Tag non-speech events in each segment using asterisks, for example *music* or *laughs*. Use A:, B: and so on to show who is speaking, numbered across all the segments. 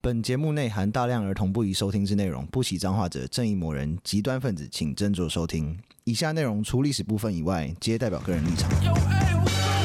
A: 本节目内含大量儿童不宜收听之内容，不喜脏话者、正义魔人、极端分子，请斟酌收听。以下内容除历史部分以外，皆代表个人立场。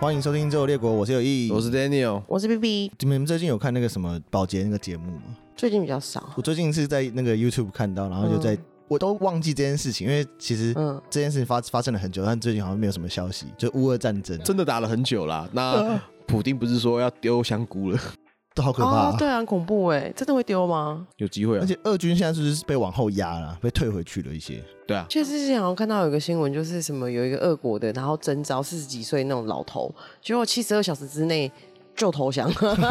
A: 欢迎收听《周游列国》，我是有意。
B: 我是 Daniel，
C: 我是 B B，
A: 你们最近有看那个什么保洁那个节目吗？
C: 最近比较少。
A: 我最近是在那个 YouTube 看到，然后就在、我都忘记这件事情，因为其实
C: 嗯
A: 这件事情发发生了很久，但最近好像没有什么消息，就乌俄战争，
B: 真的打了很久啦。那普丁不是说要丢香菇了？ *laughs*
A: 都好可怕、
C: 哦，对啊，很恐怖哎，真的会丢吗？
B: 有机会啊
A: 而？且俄军现在是不是被往后压了，被退回去了一些？
B: 对啊，
C: 确实之前好像看到有一个新闻，就是什么有一个俄国的，然后征召四十几岁那种老头，结果七十二小时之内就投降。 *laughs*
A: 好悲、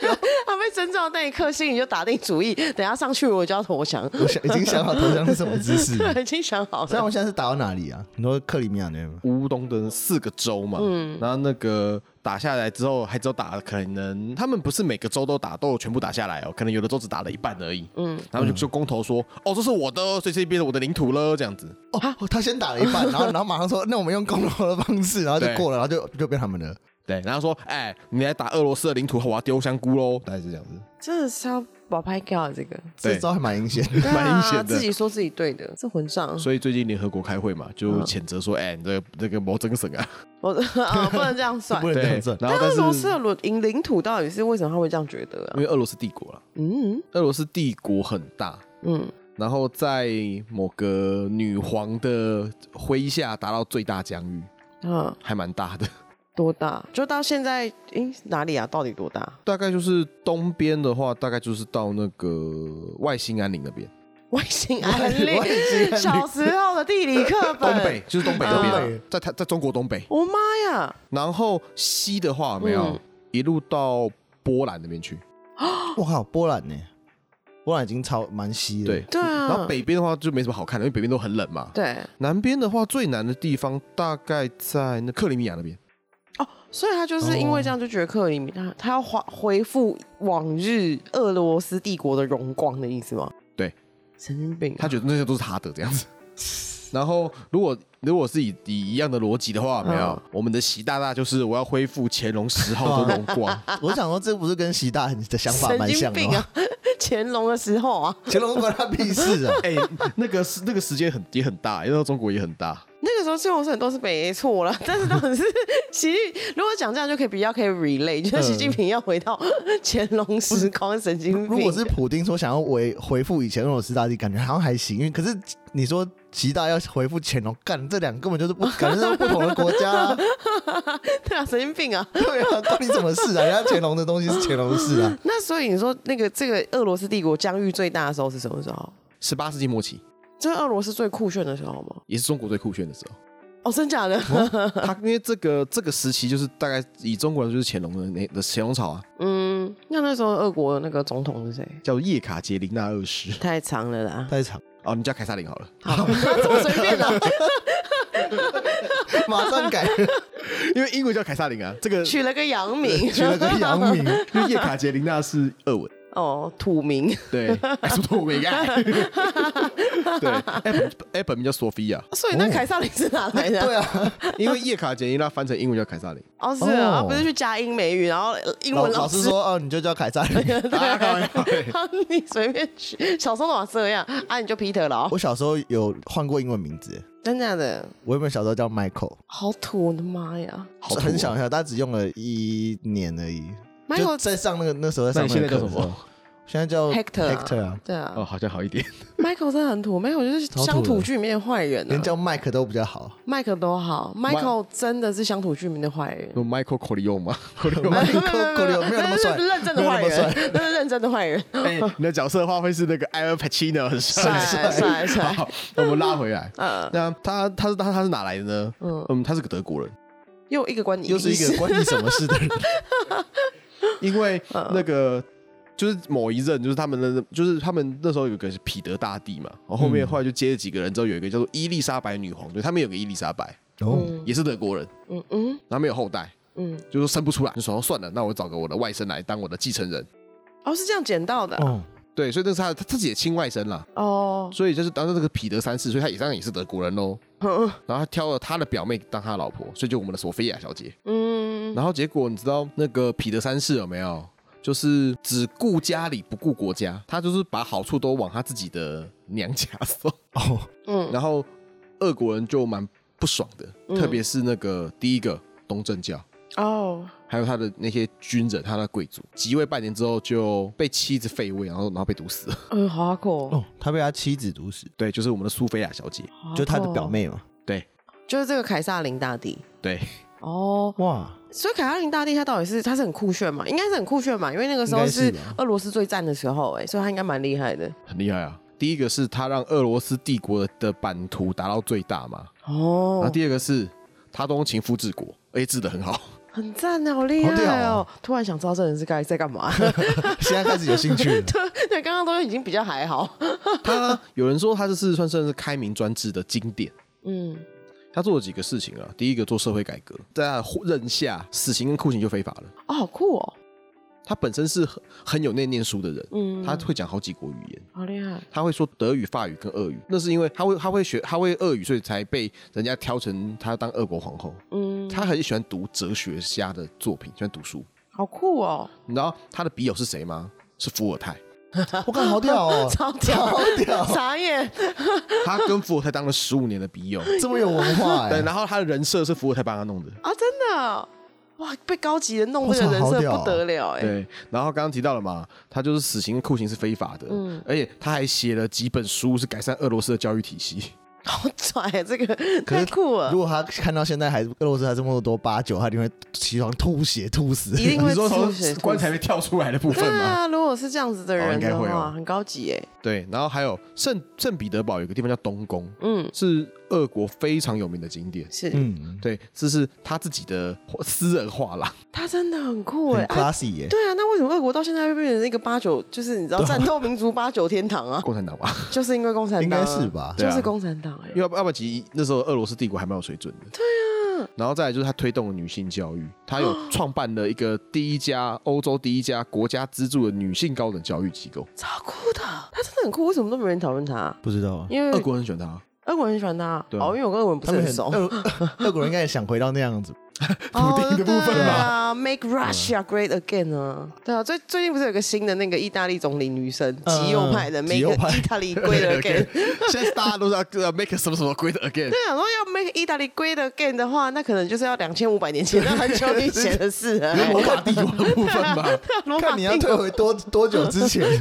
C: 他被征召那一刻，心里就打定主意，等一下上去我就要投降。
A: 我想已经想好投降是什么姿势。
C: *laughs* 已经想好
A: 虽然
C: 了。
A: 我现在是打到哪里啊？你说克里米亚那边吗？
B: 乌东的四个州嘛，嗯，然后那个打下来之后，还只有打可能他们不是每个州都打，都有全部打下来哦，可能有的州只打了一半而已，嗯，他们就就公投说，哦，这是我的，所以这边是我的领土了，这样子，
A: 哦，他先打了一半，然后 *laughs* 然后马上说，那我们用公投的方式，然后就
B: 对
A: 过了，然后就就变他们的。
B: 对，然后说，哎，你来打俄罗斯的领土，我要丢香菇喽，大概是这样子，
C: 真的是要把拍掉啊这个，
A: 这
B: 对
A: 招还蛮阴险的。 *laughs*
C: 对啊
B: 蛮阴险的
C: 自己说自己对的，这混账。
B: 所以最近联合国开会嘛，就谴责说，哎，你这个这个毛争省啊，
C: 我 *laughs* 啊，不能这样算
A: 不。能这样
B: 对
A: 算，
B: 然后
C: 但
B: 但
C: 俄
B: 是
C: 罗斯的领领土到底是为什么他会这样觉得啊
B: 因？为俄罗斯帝国了，
C: 嗯
B: 俄罗斯帝国很大，
C: 嗯，
B: 然后在某个女皇的麾下达到最大疆域，
C: 啊，
B: 还蛮大的， *laughs*
C: 多大？就到现在，诶，哪里啊？到底多大？
B: 大概就是东边的话，大概就是到那个外兴安岭那边，
C: 外星安利
A: 外星安利，
C: 小时候的地理课本。
B: 东北就是东北那边
A: 东
B: 啊
A: 北，
B: 在它在中国东北，
C: 我妈呀！
B: 然后西的话有没有、
C: 嗯
B: 一路到波兰那边去，
A: 我靠，波兰呢？波兰已经超蛮稀了。
B: 对，
C: 对啊。
B: 然后北边的话就没什么好看的，因为北边都很冷嘛。
C: 对
B: 南边的话，最南的地方大概在那克里米亚那边，
C: 哦，所以他就是因为这样就觉得克里米他他要恢恢复往日俄罗斯帝国的荣光的意思吗？
B: 对，
C: 神经病啊、
B: 他觉得那些都是他的这样子。 *laughs* 然后，如果如果是以以一样的逻辑的话，有没有、
C: 嗯
B: 我们的习大大就是我要恢复乾隆十号的荣
C: *laughs*
B: 光，
A: 我想说，这不是跟习大的想法
C: 神
A: 蛮
C: 经
A: 像的
C: 病
A: 吗？ *laughs*
C: 啊！ *laughs* 乾隆的时候啊，
A: 乾隆管他屁事啊！
B: 哎、那个是那个时间很也很大，因为中国也很大，
C: 那个时候虽然是很多是没错了， *laughs* 但是当时是习近，如果讲这样就可以比较可以 relate，就是
A: 嗯
C: 习近平要回到乾隆时光，神经病。
A: 如果是普丁说想要回回复以前俄罗斯大帝，感觉好像还行，因为可是你说习大要回复乾隆，干这两个根本就是不，感觉是不同的国家、啊。
C: *laughs*
A: *laughs*
C: 对啊，神经病啊！
A: 对啊，关你什么事啊？人家乾隆的东西是乾隆的事
C: *laughs*
A: 啊。
C: 那所以你说那个这个俄罗斯帝国疆域最大的时候是什么时候？
B: 十八世纪末期
C: 这是俄罗斯最酷炫的时候吗？
B: 也是中国最酷炫的时候。哦
C: 哦，真假
A: *laughs*
C: 的？
B: 他因为这个这个时期就是大概以中国人就是乾隆的那的乾隆朝啊，
C: 嗯，那那时候俄国那个总统是谁？
B: 叫做叶卡捷琳娜二世
C: 太长了
A: *laughs*
C: 啦，
A: 太长，
B: 哦，你叫凯撒琳好了，
C: 好，这么随便啊啦， *laughs*
A: 马上改，
B: 因为英文叫凯撒琳啊，这个
C: 取了个洋名，
A: *laughs* 取了个洋名。
B: 因为叶卡捷琳娜是俄文。
C: *laughs* 哦，土名，
B: *laughs* 对，哎什么都没干。对，哎、本哎本名叫索菲亚，
C: 所以那凯撒琳是哪来的？
A: 哦对啊，
B: 因为叶卡捷琳娜翻成英文叫凯撒琳。
C: 哦，是啊，
A: 哦
C: 不是去加英美语，然后英
A: 老
C: 文
A: 老
C: 师
A: 师，说哦，你就叫凯
C: *laughs*
A: 撒琳。
B: 啊开玩笑对
C: 你随便取，小时候哪这样啊？你就 Peter 了哦，
A: 我小时候有换过英文名字，
C: 真的的，
A: 我原本小时候叫 Michael，
C: 好土，我的妈呀
B: *laughs* 好土哦
A: 很小很小，但只用了一年而已。就
C: ！Michael
A: 在上那个那时候在上
B: 那你现
A: 那
B: 在
A: 个
B: 叫
A: 课
B: 什
A: 的时候
B: 么？
A: 现在叫
C: Hector 啊
A: Hector 啊，
C: 对啊
B: 哦，好像好一点。
C: ，Michael 真的很土，Michael 就是
A: 超土的
C: 乡土剧里面的坏人
A: 连
C: 啊。
A: 叫 Mike 都比较好。
C: Michael 都好，Michael 真的是乡土剧里面的坏人。
B: 有 Michael Corleone 吗
A: 没
B: *laughs* ？Corleone。
A: 有没有那么帅
C: 那是 *laughs* 认真的坏
A: 没有那么
C: 人，那是认真的
A: *laughs*
C: 坏人。
B: 哎、你的角色的话会是那个艾尔帕奇诺，很帅。
C: 帅帅帅
B: 好，我们拉回来。
C: 嗯
B: 那他他是他他是哪来的呢？嗯，他是个德国人，
C: 又一个关你
A: 又是一个关你什么事的人？
B: 因为那个。就是某一任，就是他们的，就是他们那时候有个是彼得大帝嘛，然后后面后来就接了几个人，之后有一个叫做伊丽莎白女皇，对，他们有个伊丽莎白，
A: 哦，
B: 也是德国人，
C: 嗯嗯
B: 然后没有后代，
C: 嗯，
B: 就说生不出来，就说算了，那我找个我的外甥来当我的继承人。
C: 哦，是这样捡到的啊。
A: 哦，
B: 对，所以那是他他自己也亲外甥啦，
C: 哦，
B: 所以就是当时这个彼得三世，所以他也当然也是德国人喽。然后他挑了他的表妹当他老婆，所以就我们的索菲亚小姐。
C: 嗯，
B: 然后结果你知道那个彼得三世有没有？就是只顾家里不顾国家，他就是把好处都往他自己的娘家送。
A: 哦，
C: 嗯
B: 然后俄国人就蛮不爽的，特别是那个第一个东正教，
C: 哦，
B: 还有他的那些军人，他的贵族，即位半年之后就被妻子废位，然后然后被毒死了。
C: 嗯，好酷，
A: 哦，他被他妻子毒死，
B: *laughs* 对，就是我们的苏菲亚小姐。
C: 好啊
A: 就他的
C: 酷哦
A: 表，妹嘛。
B: 对
C: 就是这个凯撒琳大帝。
B: 对，
C: 哦，
A: 哇，
C: 所以凯撒琳大帝他到底是他是很酷炫嘛？应该是很酷炫嘛，因为那个时候
A: 应该是
C: 是
A: 吧
C: 俄罗斯最战的时候、哎，所以他应该蛮厉害的。
B: 很厉害啊。第一个是他让俄罗斯帝国的版图达到最大嘛，然
A: 啊
C: 哦
B: 后，第二个是他都用情夫治国，而且治的很
C: *laughs*
B: 好。
C: 很赞的，好厉
A: 好屌
C: 害哦！
A: 哦
C: 突然想知道这人是该在
A: *laughs*
C: 干嘛。
A: 现在开始有兴
C: *laughs*
A: 趣了。
C: 对对，刚刚都已经比较还好。
B: 他有人说他这是算算是开明专制的经典。
C: 嗯，
B: 他做了几个事情啊，第一个做社会改革，在他的任下，死刑跟酷刑就非法了。
C: 哦，好酷哦，
B: 他本身是很很有内念书的人，
C: 嗯
B: 他会讲好几国语言，
C: 好厉害。
B: 他会说德语、法语跟俄语。那是因为他会他会学他会俄语，所以才被人家挑成他当俄国皇后。
C: 嗯，
B: 他很喜欢读哲学家的作品，喜欢读书。
C: 好酷哦，
B: 你知道他的笔友是谁吗？是伏尔泰。
A: 我看好屌哦，
C: 超
A: *laughs*
C: 屌，
A: 好屌，
C: 傻眼。
B: 他跟伏尔泰当了十五年的笔
C: *laughs*
B: 友。
A: 这么有文化
B: *laughs*
A: 哎、
B: 对，然后他的人设是伏尔泰帮他弄的。
C: 啊，真的哦，哇，被高级人弄
A: 我
C: 这
A: 操
C: 个人
A: 好
C: 设
A: 屌哦
C: 不得了哎、
B: 对，然后刚刚提到了嘛，他就是死刑、酷刑是非法的，
C: 嗯
B: 而且他还写了几本书，是改善俄罗斯的教育体系。
C: 好拽、啊这个
A: 可
C: 太
A: 是
C: 酷了
A: 如，果他看到现在还俄罗斯还这么多八九，他一定会起床吐血吐死。
C: 一定
B: *laughs*
C: 会
B: 你说
C: 出
B: 从
C: 血
B: 棺材被跳出来的部分
C: 对
B: 吗？
C: 啊，如果是这样子的
B: 哦
C: 人
B: 应该
C: 的
B: 会哦
C: 话，很高级哎、
B: 对，然后还有圣圣彼得堡有个地方叫东宫，
C: 嗯，
B: 是俄国非常有名的景点。
C: 是、
A: 嗯，
B: 对，这是他自己的私人画廊，
C: 他真的很酷哎、
A: 很
C: 啊
A: classy 耶、
C: 对啊，那为什么俄国到现在会变成那个八九，就是你
B: *laughs*
C: 知道战斗民族八九天堂啊？
B: 共产党吧？
C: 就是因为共产
A: 应
C: 党、啊，
A: 该是？吧？
B: 对
C: 就
B: 啊
C: 是共产党哎、
B: 因为要不要不然其实那时候俄罗斯帝国还蛮有水准的。对啊。然后再来就是他推动了女性教育，他有
C: 哦
B: 创办了一个第一家欧洲第一家国家资助的女性高等教育机构。
C: 超酷的，他真的很酷，为什么都没人讨论他、
A: 不知道啊，
C: 因为
B: 俄国人很喜欢他，
C: 俄国人很喜欢他、
B: 对啊
C: 哦，因为我跟俄国人不
A: 他
C: 是
A: 们
C: 很
A: 很
C: 熟。
A: *laughs* 俄俄国人应该也想回到那
C: *laughs*
A: 样子。
C: 哦，
B: 呃丁的部分吧
C: 对啊，Make Russia Great Again 啊，对啊，最最近不是有个新的那个意大利总理女神，
A: 嗯
C: 极右派的
A: 极右
C: Make
A: 派
C: Italy
B: *laughs*
C: Great Again。
B: 现在大家都是要呃 make 什么什么 great again。
C: 对啊，如果要 Make Italy Great Again 的话，那可能就是要两千五百年前，那很久以前的事 *laughs* 了。
B: 罗马帝国的部分吧，
C: 罗马
A: 看你要
C: 帝
A: 退
C: 国，
A: 回多多久之前？
C: 哦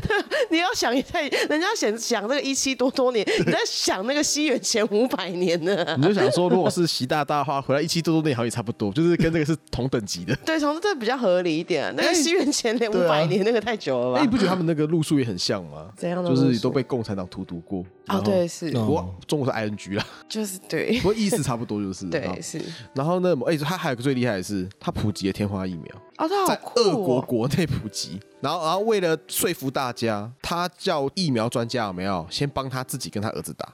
C: 你要想一下，人家想想这个一七多多年，你在想那个西元前五百年呢？ *laughs*
B: 你就想说，如果是习大大的话，回来一期多多内好像也差不多，就是跟这个是同等级的。
C: 对，从这比较合理一点。啊那个西元前五
A: 对啊
C: 百年那个太久了
B: 哎，你
C: 吧？
B: 不觉得他们 *laughs* 那个路数也很像吗？
C: 怎样的
B: 就
C: 路数
B: 是都被共产党荼毒过。
C: 啊，对，是，
A: 嗯
B: 我中国是 ing 啦，
C: 就是对 *laughs*
B: 不，过意思差不多就是。然后
C: 对是。
B: 然后呢，哎、他还有个最厉害的是，他普及了天花疫苗，
C: 哦，他好
B: 在
C: 酷、哦、
B: 俄国国内普及。然后，然后为了说服大家，他叫疫苗专家有没有先帮他自己跟他儿子打？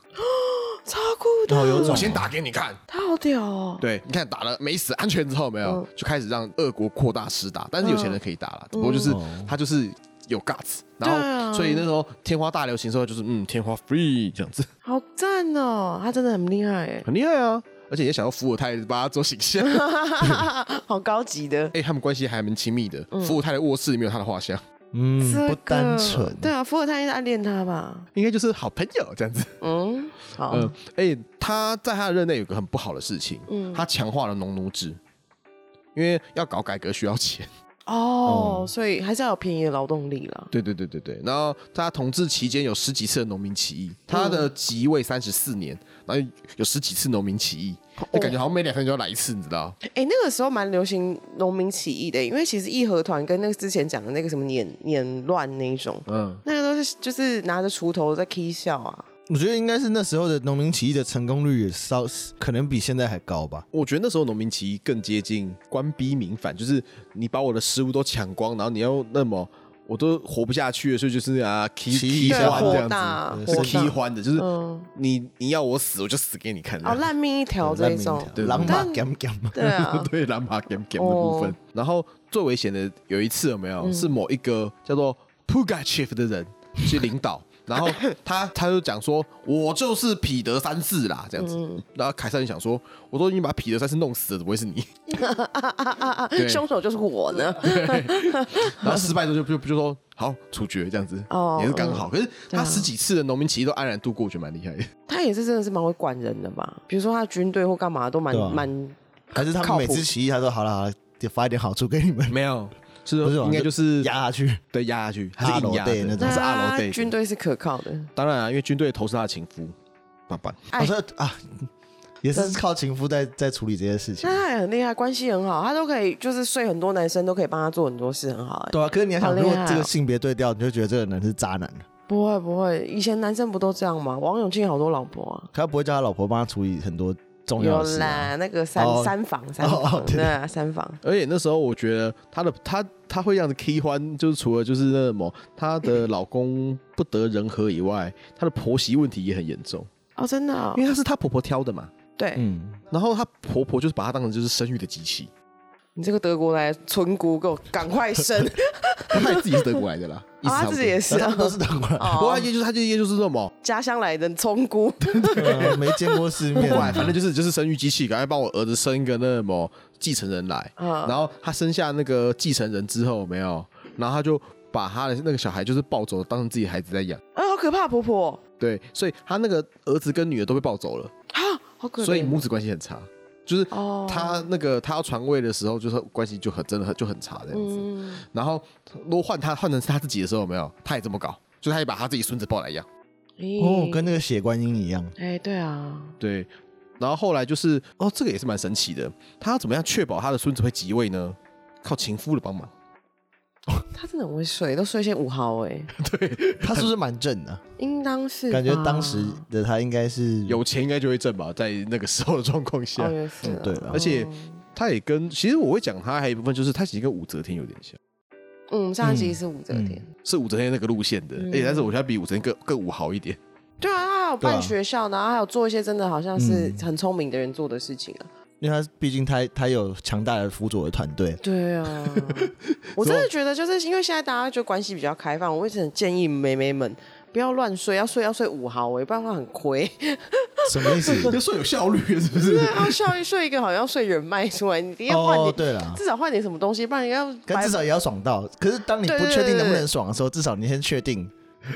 C: 超酷的，
A: 好有种
B: 我先打给你看。
C: 他好屌哦！
B: 对，你看打了没死，安全之后有没有、
C: 嗯
B: 就开始让俄国扩大施打，但是有钱人可以打了，只不过就是、他就是有 guts，然后、
C: 对啊
B: 所以那时候天花大流行的时候就是嗯天花 free 这样
C: *laughs*
B: 子，
C: 好赞哦，他真的很厉害哎，
B: 很厉害啊。而且也想要伏尔泰帮他做形象，
C: *laughs* 好高级的。
B: 哎、他们关系还蛮亲密的。
C: 嗯
B: 伏尔泰的卧室里面有他的画像，
A: *laughs* 嗯
C: 这，
A: 不
C: 个
A: 单纯。
C: 对啊，伏尔泰应该是暗恋他吧？
B: 应该就是好朋友这样子。
C: 嗯，好，
B: 嗯，哎、他在他的任内有个很不好的事情，他强化了农奴制，因为要搞改革需要钱。
C: 哦，所以还是要有便宜的劳动力
B: *laughs*
C: 啦。
B: 对对对对嗯对。然后他统治期间有十几次的农民起义，他的即位三十四年，然后有十几次农民起义，就感觉好像每两三年就要来一次，你知道？
C: 哎，那个时候蛮流行农民起义的，因为其实义和团跟那个之前讲的那个什么捻捻乱那一种，
B: 嗯，
C: 那个都是就是拿着锄头在 k 笑啊。
A: 我觉得应该是那时候的农民起义的成功率也稍可能比现在还高吧。
B: 我觉得那时候农民起义更接近官逼民反，就是你把我的食物都抢光，然后你要那么。我都活不下去了，所以就是啊，踢
A: 起义
B: 踢
A: 对
B: 欢这
C: 火大啊
B: 样子，
C: 火
B: 是
C: 大
B: 踢欢的，就是
C: 嗯
B: 你你要我死，我就死给你看。这
C: 哦，
B: 样 *laughs*
C: 烂命一条这一种，
B: 对，
A: 狼马
C: 但
A: gam gam，
C: 对啊
B: 对蓝马 game game 的部分。
C: 哦嗯
B: 然后最危险的有一次有没有、是某一个叫做 Pugachev 的人，去领导，然后他他就讲说，我就是彼得三世啦，这样子。
C: 嗯
B: 然后凯撒就想说，我都已经把彼得三世弄死了，怎么会是你？ *laughs*
C: 啊
B: 对，
C: 凶手就是我呢。
B: 然后失败之后就就就说好处决这样子，
C: 哦
B: 也是刚好。可是他
C: 啊
B: 十几次的农民起义都安然度过，我觉得蛮厉害的。
C: 他也是真的是蛮会管人的吧？比如说他军队或干嘛都蛮
A: 对啊
C: 蛮、
A: 还是他们
C: 靠
A: 每
C: 谱
A: 次起义，他说好了好了，发一点好处给你们，
B: 没有，是
A: 不是
B: 应该就是
A: 压下去。
B: 对压下去，他
A: 阿
B: 是
A: 罗
B: 硬压
A: 队那
B: 的，
A: 种
C: 啊
B: 他是阿罗队。
C: 军队是可靠的。
B: 当然啊，因为军队头是他的情夫，爸爸。
C: 哎
A: 我说啊，也是靠情夫在在处理这些事情
C: *laughs* 那。他也很厉害，关系很好，他都可以就是睡很多男生都可以帮他做很多事，很好、欸。
A: 对啊，可是你要想，
C: 好厉
A: 如
C: 害哦
A: 果这个性别对调，你就觉得这个人是渣男，
C: 不会不会，以前男生不都这样吗？王永庆好多老婆啊。
A: 可他不会叫他老婆帮他处理很多重要
C: 有
A: 的事啊。
C: 啦，那个三、
A: 哦
C: 三房三房，
A: 哦哦对
C: 对啊，三房
B: 而且那时候我觉得他的他他会这样子 key 欢，就是除了就是那什么，她的老公不得人和以外，她的婆媳问题也很严重，
C: 哦，真的、哦
B: 因，为她是她婆婆挑的嘛。
C: 对、
A: 嗯，
B: 然后她婆婆就是把她当成就是生育的机
C: *laughs*
B: 器，
C: 你这个德国来的村姑，给我赶快生，
B: 她也自己是德国来的啦，意思
C: 啊，
B: 差
C: 他
B: 不多
C: 自己。也是
A: 他 *laughs*
C: 啊
A: 们，都是当官，
C: *laughs*
B: 不过她
C: 哦，
B: 也就是她就也就是那么，
C: *laughs* 家乡来的村姑，
A: 对啊没见过世
B: 不
A: 面，
B: 管反正就是就是生育机器，赶快帮我儿子生一个那什么继承人来。
C: 嗯
B: 然后她生下那个继承人之后有没有，然后她就把她的那个小孩就是抱走，当成自己孩子在养。
C: 啊，好可怕，婆婆，
B: 对，所以她那个儿子跟女儿都被抱走了。
C: 啊，好可怜，
B: 所以母子关系很差，就是
C: 哦，
B: 他那个他要传位的时候，就是关系就很真的很就很差这样子。
C: 嗯，
B: 然后如果换他换成是他自己的时候，有没有，他也这么搞，就他也把他自己孙子抱来养。
A: 哦
C: 咦，
A: 跟那个血观音一样。
C: 哎，对啊，
B: 对，然后后来就是哦，这个也是蛮神奇的，他要怎么样确保他的孙子会即位呢？靠情夫的帮忙，
C: 他真的很会睡，都睡些五毫哎，
A: 他是不是蛮正的？
C: 应当是啊吧，
A: 感觉当时的他应该是
B: 有钱应该就会挣吧，在那个时候的状况下
C: 哦，，也是啊，
A: 嗯对了
B: 而且他也跟其实我会讲他还有一部分就是他其实跟武则天有点像，
C: 嗯，上一集是武则天，
B: 是武则天那个路线的，而且但是我觉得他比武则天更更武豪一点。
C: 对啊，他还有
A: 对啊
C: 办学校，然后还有做一些真的好像是
A: 嗯
C: 很聪明的人做的事情啊，
A: 因为他毕竟他他有强大的辅佐的团
C: *laughs*
A: 队，*laughs*
C: 对啊，我真的觉得就是因为现在大家就关系比较开放，我一直很建议妹妹们。不要乱睡，要睡要睡五毫，哎，不然会很 *laughs* 亏。
A: 什么意
C: *laughs*
A: 思？
B: 就算有效率了是不是？
C: 对啊，笑一睡一个好像要睡人脉出来，你一定要换点
A: 哦，对了，
C: 至少换点什么东西，不然你要
A: 但
C: 白
A: 至少也要爽到。可是当你不
C: 对对
A: 确定
C: 对
A: 能不
C: 对
A: 能爽的时候，至少你先确定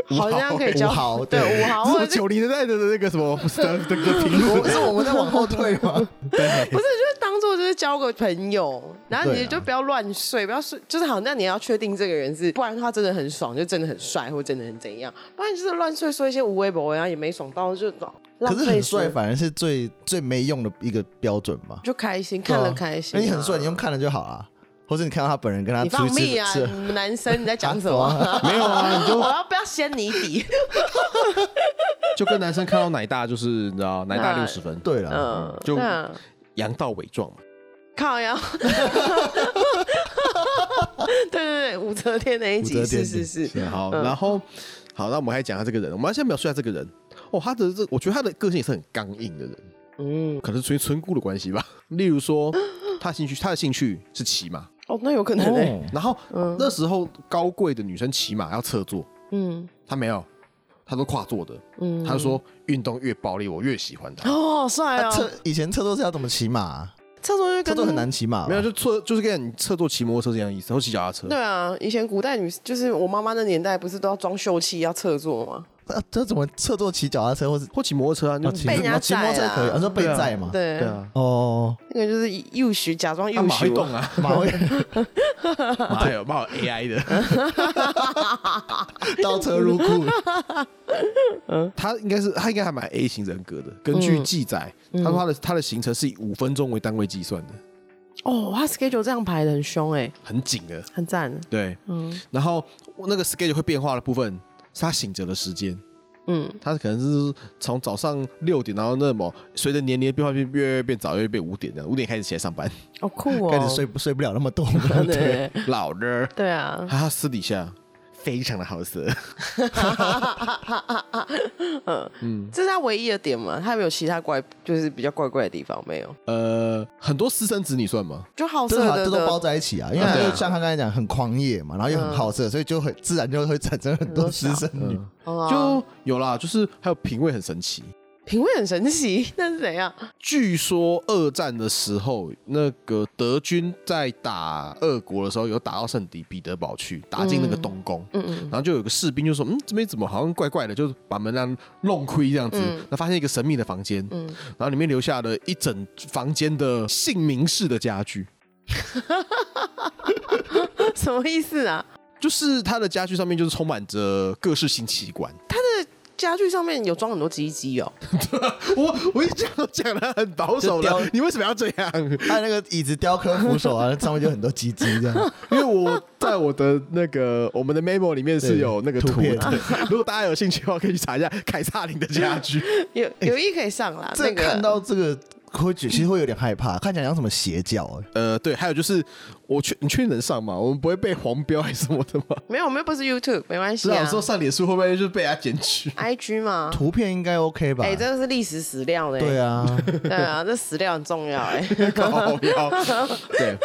C: 好像可以交
A: 五毫
C: 对
A: 对 *laughs*
C: 五毫
B: 是
C: 或
B: 我
C: 者是
B: 九零年代的那个什么不是的那个评论，
A: 我是我们在往后退吗？
C: 不是就是当做就是交个朋友，然后
A: 对
C: 你
A: 啊
C: 就不要乱睡，不要睡，就是好像你要确定这个人是，不然他真的很爽，就真的很帅，或真的很怎样，不然就是乱睡说一些无微不微，然后也没爽到，就 *laughs* 浪
A: 可是
C: 费
A: 很
C: 时
A: 帅
C: 间
A: 反而是最最没用的一个标准吧。
C: 就开心，看了
A: 对啊
C: 开心、
A: 那你很帅，你用看了就好啊。或者你看到他本人，跟他
C: 你
A: 出
C: 放
A: 去吃
C: 屁啊！
A: 吃
C: 你们男生
A: *laughs*
C: 你在讲什么？
B: 没有啊，你就
C: *laughs* 我要不要掀你底？
B: 就跟男生看到奶大就是你知道奶大
C: 啊
B: 六十分，
A: 对了，
C: 嗯，
B: 就
C: 那
B: 羊到伪装嘛，
C: 靠呀！ *laughs* 对对对，武则天那一
A: 武
C: 集
A: 则天
C: 是是是，
A: 啊
B: 对好，然后好，那我们还讲一下这个人，我们先描述一下这个人。哦，他的这，我觉得他的个性也是很刚硬的人，
C: 嗯，
B: 可能是出于村姑的关系吧。例如说，他兴趣，他的兴趣是骑马，
C: 哦，那有可能欸，
B: 然后那时候高贵的女生骑马要侧坐，
C: 嗯
B: 他没有，他都跨坐的。
C: 嗯，
B: 他说运动越暴力，我越喜欢他。
C: 哦，好帅
A: 那
C: 哦，
A: 厕以前厕所是要怎么骑马啊？
C: 厕所
A: 厕
C: 就跟
A: 所很难骑马吧，啊
B: 没有，就侧就是跟你侧坐骑摩托车这样的意思，或骑脚踏车。
C: 对啊，以前古代女就是我妈妈那年代，不是都要装秀气要侧坐吗？
A: 啊这怎么厕所骑脚踏车或是哦
B: 或骑摩托车啊，就
A: 骑
C: 被人家
A: 骑摩托
C: 载
A: 车
C: 啦
A: 可以？啊，说被
B: 对啊
A: 载嘛？
C: 对，
B: 对啊，
A: 哦，
C: 那个就是幼许假
B: 他
C: 装幼
B: 马
C: 许
B: 会动 *laughs* 啊，
A: 马
C: *laughs*
A: 会
B: 马有马有 AI 的，
A: 倒车入库，
C: 哦
B: 他应该是他应该还蛮 A 型人格的。根据记载，他说他的他的行程是以五分钟为单位计算的，
C: 哦，他 schedule 这样排的很凶哎、
B: 很紧的。
C: 很赞，
B: 对，
C: 嗯
B: 然后那个 schedule 会变化的部分是他醒着的时间，
C: 嗯，
B: 他可能是从早上六点，然后那么随着年龄的变化变越来越变早，越来越变五点这样，五点开始起来上班，
C: 好酷哦，
A: 开始睡不睡不了那么多。
C: 对
B: 老人。
C: 对啊， *laughs*
B: 他私底下非常的好色。
C: 嗯，这是他唯一的点嘛？他有没有其他怪，就是比较怪怪的地方没有？
B: 呃，很多私生子女算吗？
C: 就好
A: 这
C: 色
A: 好
C: 的
A: 这都包
C: 的
A: 在一起啊，因为他
B: 对啊
A: 就像他刚才讲，很狂野嘛，然后又
C: 嗯
A: 很好色，所以就很自然就会产生很多私生女。
C: 哦
B: 嗯就有啦，就是还有品味很神奇。
C: 品味很神奇， *laughs* 那是怎样？
B: 据说二战的时候，那个德军在打俄国的时候，有打到圣彼彼得堡去，打进那个东宫，
C: 嗯嗯
B: 然后就有个士兵就说：“嗯，这边怎么好像怪怪的？”就是把门让弄亏这样子，
C: 嗯
B: 那、发现一个神秘的房间，
C: 嗯，
B: 然后里面留下了一整房间的姓名式的家具，
C: *laughs* 什么意思啊？
B: 就是他的家具上面就是充满着各式新奇观。
C: 家具上面有装很多鸡鸡哦，
B: 我我一讲讲的很保
A: 就
B: 守的
A: 雕，
B: 你为什么要这样？
A: 他那个椅子雕刻扶手啊，上面就很多鸡鸡这
C: *laughs*
A: 样。
B: 因为我在我的那个我们的 memo 里面是有那个
A: 对
B: 图
A: 图片
B: 的，如果大家有兴趣的话，可以去查一下凯撒林的家具。
C: 有有一可以上啦。
A: 这
C: 那
A: 看
C: 个
A: 到这个会觉其实会有点害怕，看起来像什么邪教、
C: 嗯
A: 欸。
B: 呃，对，还有就是我确你确定能上吗？我们不会被黄标还是什么的吗？
C: 没有，我们又不是 YouTube，没关
B: 知
C: 系
B: 道
C: 啊
B: 有时。候上脸书会不会就被人家检
C: *laughs*
B: 举？
C: IG 嘛，
A: 图片应该 OK 吧？
C: 哎，这个是历史史料的，
A: 对，啊，
C: 对啊，这史料很重要哎。
B: 靠腰，对，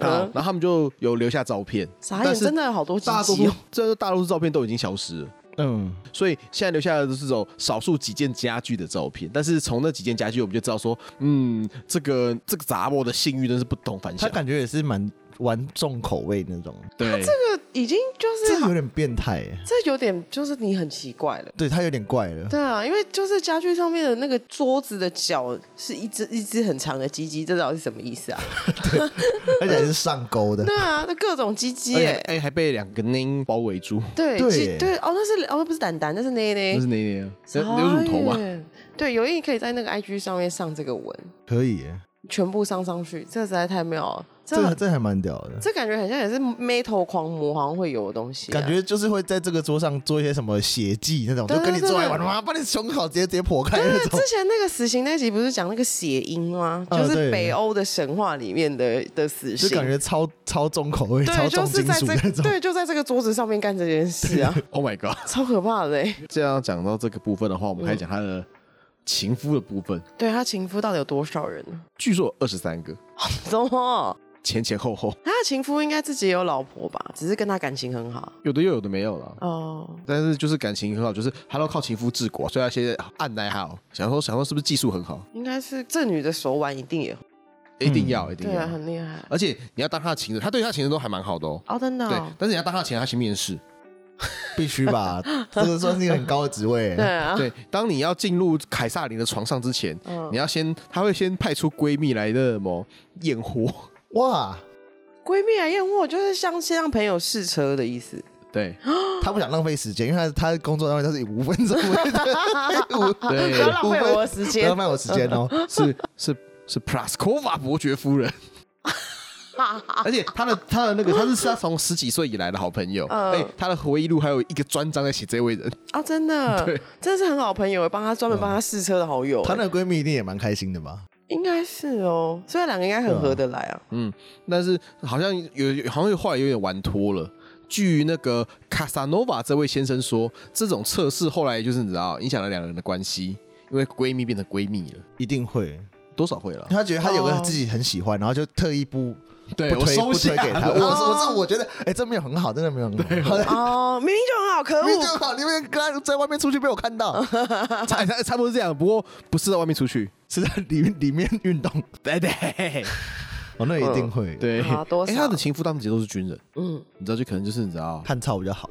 B: 好，然后他们就有留下照片，
C: 嗯傻
B: 但
C: 眼，
B: 是
C: 真的有好多鸡
B: 大多
C: 鸡
B: 数
C: 哦。
B: 这大多数照片都已经消失了。
A: 嗯，
B: 所以现在留下来的都是这种少数几件家具的照片，但是从那几件家具，我们就知道说，嗯，这个这个杂货的信誉真是不同凡
A: 他
B: 响。
A: 感觉也是蛮玩重口味那种，
B: 对，
C: 这个已经就是
A: 这有点变态、欸，
C: 这有点就是你很奇怪了。
A: 对他有点怪了。
C: 对啊，因为就是家具上面的那个桌子的脚是一只一只很长的鸡鸡，这到底是什么意思啊？
A: 而且还是上钩的
C: 对，啊，那各种鸡鸡
B: 而且
C: 耶，
B: 哎、还被两个奶包围住，
C: 对
A: 对
C: 鸡对哦，那是哦那不是蛋蛋，那是内
B: 那
C: 内
B: 是，哪里啊？那那是乳头吧啊
C: 哎傻？眼对，有意可以在那个 IG 上面上这个文，
A: 可以、欸，
C: 全部上上去，这个实在太妙了，这
A: 这个
C: 这
A: 这还蛮屌的。
C: 感觉很像也是 metal 狂魔好像会有的东西啊、
A: 感觉就是会在这个桌上做一些什么血迹那种，
C: 对
A: 就跟你
C: 对对
A: 做爱玩，妈把你胸口直接直接破开那种
C: 之。前那个死刑那集不是讲那个血鹰吗？
A: 啊
C: 就是
A: 对
C: 北欧的神话里面的的死
A: 就
C: 刑，
A: 感觉超超重口味、超
C: 对，就
A: 重
C: 是
A: 金
C: 在
A: 属那
C: 这
A: 种。
C: 对，就在这个桌子上面干这件事啊，
B: Oh my god！
C: 超可怕的、欸。
B: 这样讲到这个部分的话，我们还讲他的情夫的部分，
C: 对他情夫到底有多少人呢？
B: 据说二十三个，
C: 怎么？
B: 前前后后，
C: 他的情夫应该自己也有老婆吧？只是跟他感情很好
B: 有的又有的没有了。
C: 哦。
B: 但是就是感情很好，就是他都靠情夫治国，所以他现在按奶好，想说想说是不是技术很好？
C: 应该是这女的手腕一定也
B: 一定要，一定
C: 对
B: 要
C: 啊，，很厉害。
B: 而且你要当他的情人，他对他情人都还蛮好的哦。
C: 哦，真的
B: 对
C: 哦，
B: 但是你要当他的情人，他去面试。
A: 必须
C: *laughs*
A: 吧，这个算是一个很高的职位、
C: 对啊，
B: 对，当你要进入凯撒琳的床上之前，
C: 嗯
B: 你要先，他会先派出闺蜜来的什么验货。
A: 哇，
C: 闺蜜来验货就是像先让朋友试车的意思。 *laughs*
B: 对
A: 他不想浪费时间，因为他他的工作单位他是以五分钟 *laughs* 为
C: *laughs*
A: 五
B: 对
C: 不，要浪
A: 五
C: 费
A: 分
C: 我的时
A: 不
C: 间
A: 要浪。费我时间哦。
C: 嗯
B: 是是是 Plaskova 伯爵夫人。而且他的他的那个他是他从十几岁以来的好朋友，哎、他的回忆录还有一个专章在写这位人，
C: *laughs* 啊，真的
B: 对，
C: 真的是很好朋友，帮他专门帮他试车的好友，欸
A: 她那个闺蜜一定也蛮开心的吧？
C: 应该是哦，所以两个应该很合得来啊。
B: 但是好像有有好像后来有点玩脱了。据那个卡萨诺瓦这位先生说，这种测试后来就是你知道影响了两人的关系，因为闺蜜变成闺蜜了，
A: 一定会，
B: 多少会了。
A: 她觉得她有个
C: 哦
A: 自己很喜欢，然后就特意不
B: 对
A: 不
B: 我
A: 推
B: 收
A: 不推
B: 下
A: 给她。
B: 了
A: 我我这我觉得，哎，这没有很好，真的没有很好。
C: 哦，明明就很好，可
A: 啊明明就
C: 恶！
A: 好，你们跟她在外面出去被我看
C: 哦
A: 到，
B: 差差差不多是这样，不过不是在外面出去。
A: 是在里里面运动，
B: 对对
A: 哦，那一定会，，
B: 嗯对哎
C: 好啊多少
B: 他的情夫他们其实都是军人，
C: 嗯，
B: 你知道，就可能就是你知道，
A: 汗臭比
C: *laughs*
A: 较好。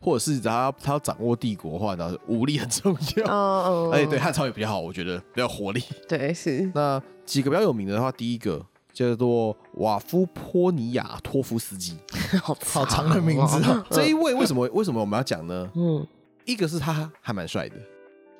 B: 或者是你知道他他要掌握帝国的话，然后武力很重要。
C: 嗯嗯，
B: *laughs* 哎，对，汉朝也比较好，我觉得比较有活
C: *laughs*
B: 力。
C: 对是，
B: 那几个比较有名的话，第一个叫做瓦夫波尼亚托夫斯基。
C: 好
A: *laughs* 好长的名字
C: 啊
A: 哦，
B: 这一位为什么为什么我们要讲呢？
C: 嗯，
B: 一个是他还蛮帅的，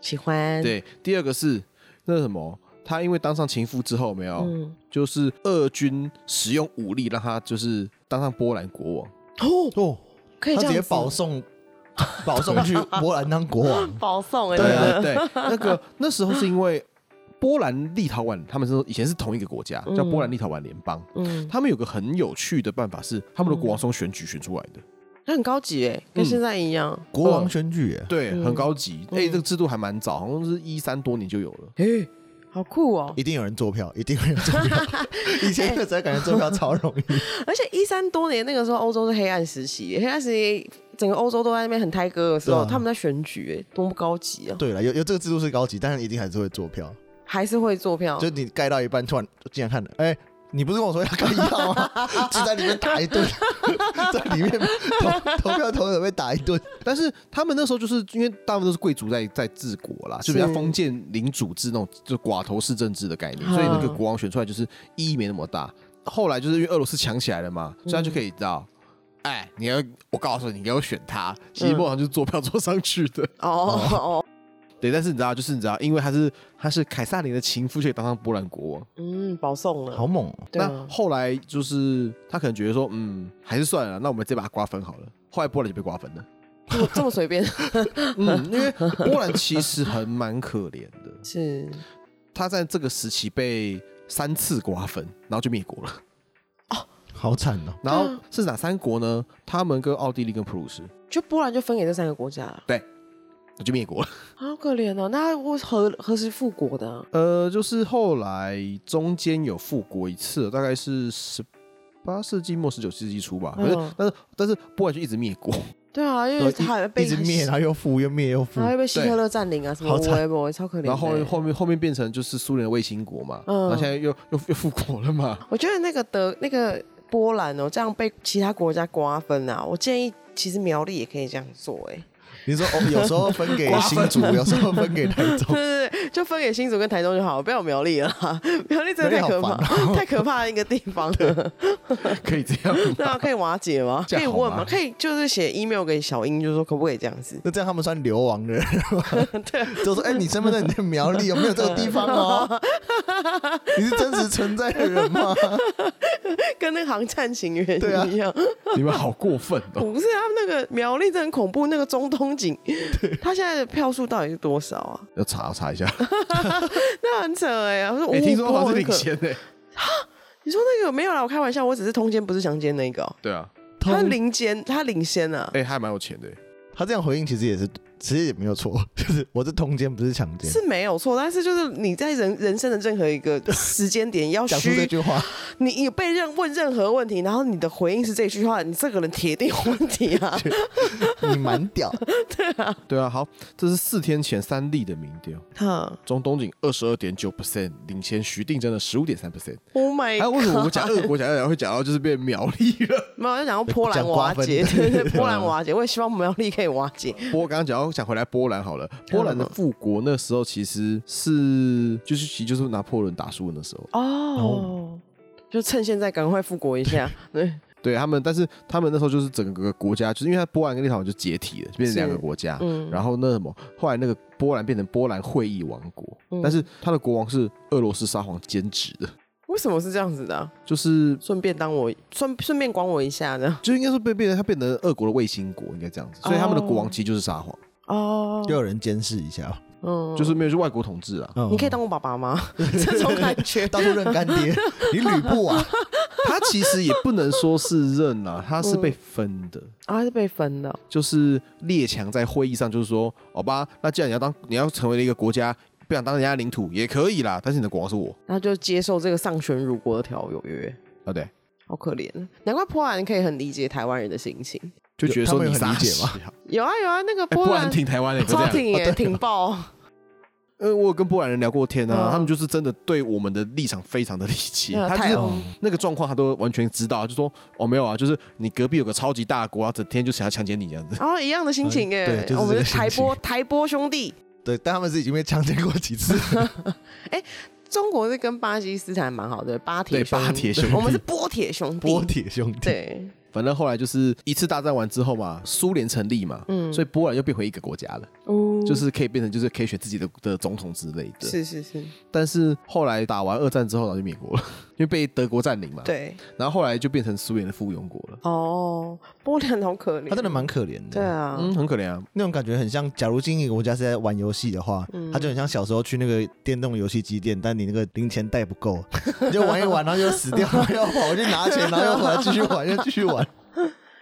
C: 喜欢，，
B: 对；第二个是那什么，他因为当上情夫之后，没有，
C: 嗯，
B: 就是俄军使用武力让他就是当上波兰国王。
C: 哦，
A: 哦，
C: 可以
A: 他
C: 这
A: 直接
C: 样子。
A: 保送， *laughs* 保送去波兰当国王
C: 保送哎，
A: 对啊
C: 真
B: 对，
C: 的
B: 那个那时候是因为波兰、立陶宛他们是以前是同一个国
A: 嗯
B: 家，叫波兰立陶宛联邦。
C: 嗯，
A: 嗯
B: 他们有个很有趣的办法是，他们的国王是用选举选出来的，
C: 那很高级哎，跟现在一样。
A: 国王选举耶，
B: 对，很高级。
A: 嗯
B: 哎、这个制度还蛮早，好像是一三多年就有了。
C: 哎、好酷哦！
A: 一定有人做票，一定有人做
C: *laughs*
A: 票。以前那时候感觉做票超容易，
C: 而且一三多年那个时候，欧洲是黑暗时期耶，黑暗时期整个欧洲都在那边很胎歌的时候，
A: 对啊
C: 他们在选举，哎，多么高级啊！
A: 对了，有有这个制度是高级，但是一定还是会做票。
C: 还是会做票，
A: 就你盖到一半，突然竟然看了，哎、你不是跟我说要盖一号
C: *laughs*
A: 吗？就在里面打一顿， *laughs* 在里面投投票投的被打一顿。
B: 但是他们那时候就是因为大部分都是贵族在在治国啦，就比较
C: 是
B: 封建领主制那种，就寡头式政治的概念，
C: 嗯
B: 所以那个国王选出来就是意义没那么大。后来就是因为俄罗斯强起来了嘛，所以他就可以知道，哎、你要我告诉你，你给我选他，其实
C: 嗯
B: 梦想就是做票做上去的。
C: 哦 *laughs* 哦，
B: *laughs* 对，但是你知道，就是你知道，因为他是他是凯撒琳的情夫，所以当上波兰国王。
C: 嗯，保送了，
A: 好猛、哦！
C: 对啊
B: 那后来就是他可能觉得说，嗯，还是算了，那我们再把它瓜分好了。后来波兰就被瓜分了，
C: 这么这么
A: *laughs*
C: 随便，
B: 嗯， *laughs* 因
C: *laughs*
B: 为波兰其实很蛮可怜的，
C: 是
B: 他在这个时期被三次瓜分，然后就灭国了。
A: 好惨哦！
B: 然后是哪三国呢？他们跟奥地利跟普鲁士，
C: 就波兰就分给这三个国家了，
B: 就灭
C: *laughs*
B: 国了。
C: 好可怜哦。那我何何时复国的啊、
B: 呃，就是后来中间有复国一次，大概是十八世纪末十九世纪初吧。可是，
C: 嗯
B: 但是但是波兰就一直灭国。
C: 对啊，因为
A: 对
C: 还被
A: 一直灭，然后又复，又灭又复
C: 然，后又被希特勒占领啊，什么
A: 好惨
C: whatever，超可怜的。
B: 然后后面后面后面变成就是苏联的卫星国嘛，
C: 嗯
B: 然后现在又又又复国了嘛。
C: *laughs* 我觉得那个德那个波兰哦，这样被其他国家瓜分啊，我建议其实苗栗也可以这样做、哎，
A: 你说哦，有时候分给
B: 瓜
A: 新
B: 分
A: 竹，有时候分给台中，
C: *laughs* 对对对，就分给新竹跟台中就好了，不要有苗栗了 *laughs* 啦，苗栗真的太可怕，
A: 苗栗好烦哦
C: *laughs* 太可怕的一个地
A: *laughs*
C: 方了。
B: 可以这样
C: 对啊，可以瓦解吗？
A: 这
C: 可以
A: 样好吗
C: 问吗？可以就是写 email 给小英，就说可不可以这样子？ *laughs*
A: 那这样他们算流亡的人吗？就说哎、你身份证你在苗栗有没有这个地方
C: *laughs*
A: 哦？你是真实存在的人吗？
C: 跟那个《航站情缘
A: 对啊》
C: 一样，
B: 你们好过分哦！
C: *laughs* 不是他们那个苗栗真的很恐怖，那个中东锦，他现在的票数到底是多少啊？
B: 要查查一下，
C: 那很扯哎、欸，我说五
B: 哎，
C: 五
B: 听说
C: 波
B: 好像是
C: 很
B: 领
C: 可
B: 先呢。
C: 你说那个没有啦，我开玩笑，我只是通奸不是强奸那个哦、
B: 对啊，
C: 他领先，他领先啊，
B: 哎，他还蛮有钱的。
A: 他这样回应其实也是，其实也没有错，就是我是通奸不是强奸。
C: 是没有错，但是就是你在人人生的任何一个时间点
A: *laughs*
C: 要
A: 讲出这
C: 虚，
A: 句话，
C: 你你被任问任何问题，然后你的回应是这句话，你这个人铁定有问题
B: *laughs*
C: 啊！
A: 你蛮
C: *laughs*
A: 屌。
B: 对啊，好，这是四天前三例的民调，
C: 哈
B: 中东锦二十二点九 percent 领先徐定真的十五点三 percent。
C: ，Oh my
B: 还有
C: god！
B: 为什么我们讲俄国讲到讲会讲到就是变苗栗了？
C: 没有，就讲到波兰
A: 讲瓜
C: 瓦
A: 分
C: 解，对对，波兰瓦解，我也希望苗栗可以瓦
B: *laughs*
C: 解。
B: 波刚刚讲到讲回来波兰好了，波兰的复国那时候其实是就是其实就是拿破仑打输的那时候，
C: 哦，就趁现在赶快复国
B: *laughs*
C: 一下，对，
B: 对他们，但是他们那时候就是整个国家，就是因为他波兰跟立陶宛就解体了，就变成两个国家。
C: 嗯
B: 然后那什么，后来那个波兰变成波兰会议王国，
C: 嗯
B: 但是他的国王是俄罗斯沙皇兼职的，
C: 为什么是这样子的啊？
B: 就是
C: 顺便当我顺顺便管我一下呢？
B: 就应该说被变成他变成俄国的卫星国，应该这样子。所以他们的国王其实就是沙皇，
C: 哦，
A: 又有人监视一下，
C: 嗯
B: 就是哦没有是外国统治啊。
A: 嗯
C: 你可以当我爸爸吗？ *laughs* 这种
B: *laughs*
C: 感觉，
A: 到处认干爹，你吕布啊，
B: 他其实也不能说是认啊，他是被分的。
C: 啊，是被分的。
B: 就是列强在会议上就是说，好吧，那既然你要当你要成为了一个国家，不想当人家的领土也可以啦，但是你的国王是我
C: 他就接受这个上权辱国的条约，
B: 啊，对。
C: 好可怜。难怪波兰可以很理解台湾人的心情。
B: *laughs* 就觉得说
A: 他们
B: 你
A: 有很理解
B: 嘛
A: 吗。
C: 有啊有啊，那个
B: 哎，
C: 波
B: 波
C: 兰、
B: 兰挺台湾的，
C: 超
B: 挺。
A: 哦
C: 挺耶、挺爆。
B: 呃，我有跟波兰人聊过天啊，
C: 嗯
B: 他们就是真的对我们的立场非常的理解，
C: 嗯
B: 他
C: 太
B: 就是
C: 哦
B: 那个状况他都完全知道，就说哦没有啊，就是你隔壁有个超级大的国啊，整天就想要强奸你这样子。
C: 然后一样的心情
A: 嗯
C: 耶、
A: 对就是
C: 我们
A: 这
C: 的
A: 个心
C: 台
A: 情
C: 波台波兄弟，
A: 对，但他们是已经被强奸过几次，
C: *laughs* 中国是跟巴基斯坦蛮好的，巴铁
B: 对
C: 兄
B: 巴铁兄弟
C: 我们是波铁兄弟。
A: 波铁兄弟。
C: 对，
B: 反正后来就是一次大战完之后嘛，苏联成立嘛，
C: 嗯
B: 所以波兰又变回一个国家了，
C: 哦
B: 就是可以变成就是可以选自己的的总统之类的。，
C: 是是是，
A: 啊
B: 但是后来打完二战之后，然后就灭国了， *laughs* 因为被德国占领嘛。，
C: 对
B: 然后后来就变成苏联的附庸国了。
C: 哦，波兰好可怜，
A: 他真的蛮可怜
C: 对
A: 的，
C: 啊，
B: 嗯，很可怜啊，
A: 那种感觉很像。假如今天一个国家是在玩游戏的话，
B: 嗯
A: 他就很像小时候去那个电动游戏机店，但你那个零钱带不够， *laughs* 你就玩一玩，然后又死掉，然后又跑回去拿钱，然后又回来继续玩，又继续玩。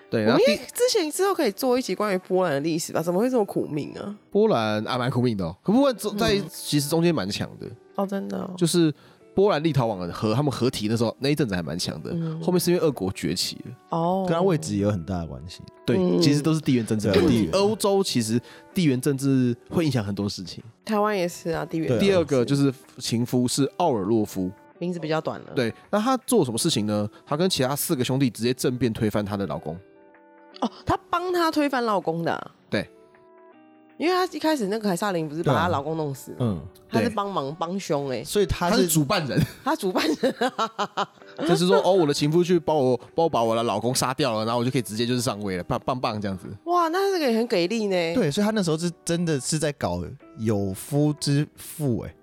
B: 对，
C: 我
B: 然
C: 们
B: 后
C: 应
B: 第
C: 该之前之后可以做一集关于波兰的历史吧？怎么会这么苦命啊？
B: 波兰啊蛮苦命的哦，可波兰中在
C: 嗯
B: 其实中间蛮强的，
C: 哦，真的哦、
B: 就是波兰立陶宛和他们合体那时候那一阵子还蛮强的，
C: 嗯
B: 后面是因为俄国崛起了。
C: 哦，
A: 跟他位置也有很大的关系。
B: 对，
C: 嗯
B: 其实都是啊地缘政治的
A: 对
B: 问
A: 地
B: 题
A: 缘。
B: 欧洲其实地缘政治会影响很多事情。
C: 台湾也是啊，地缘
A: 对啊
C: 政治。
B: 第二个就是情夫是奥尔洛夫，
C: 名字比较短了，，
B: 对，那他做什么事情呢？他跟其他四个兄弟直接政变推翻他的老公。
C: 哦，她帮她推翻老公的啊、
B: 对，
C: 因为她一开始那个凯撒琳不是
A: 对
C: 把
A: 啊
C: 她老公弄死吗，
A: 嗯，
C: 她是
B: 对
C: 帮忙帮凶哎、
A: 所以他
B: 他是
A: 是
B: 主办 *laughs* 人，
C: 她主办人
B: 就是说，哦，我的情夫去帮我帮我把我的老公杀掉了，然后我就可以直接就是上位了，棒棒棒这样子。
C: *laughs* 哇，那这个也很给力呢。
A: 对，所以他那时候是真的是在搞有夫之妇，哎，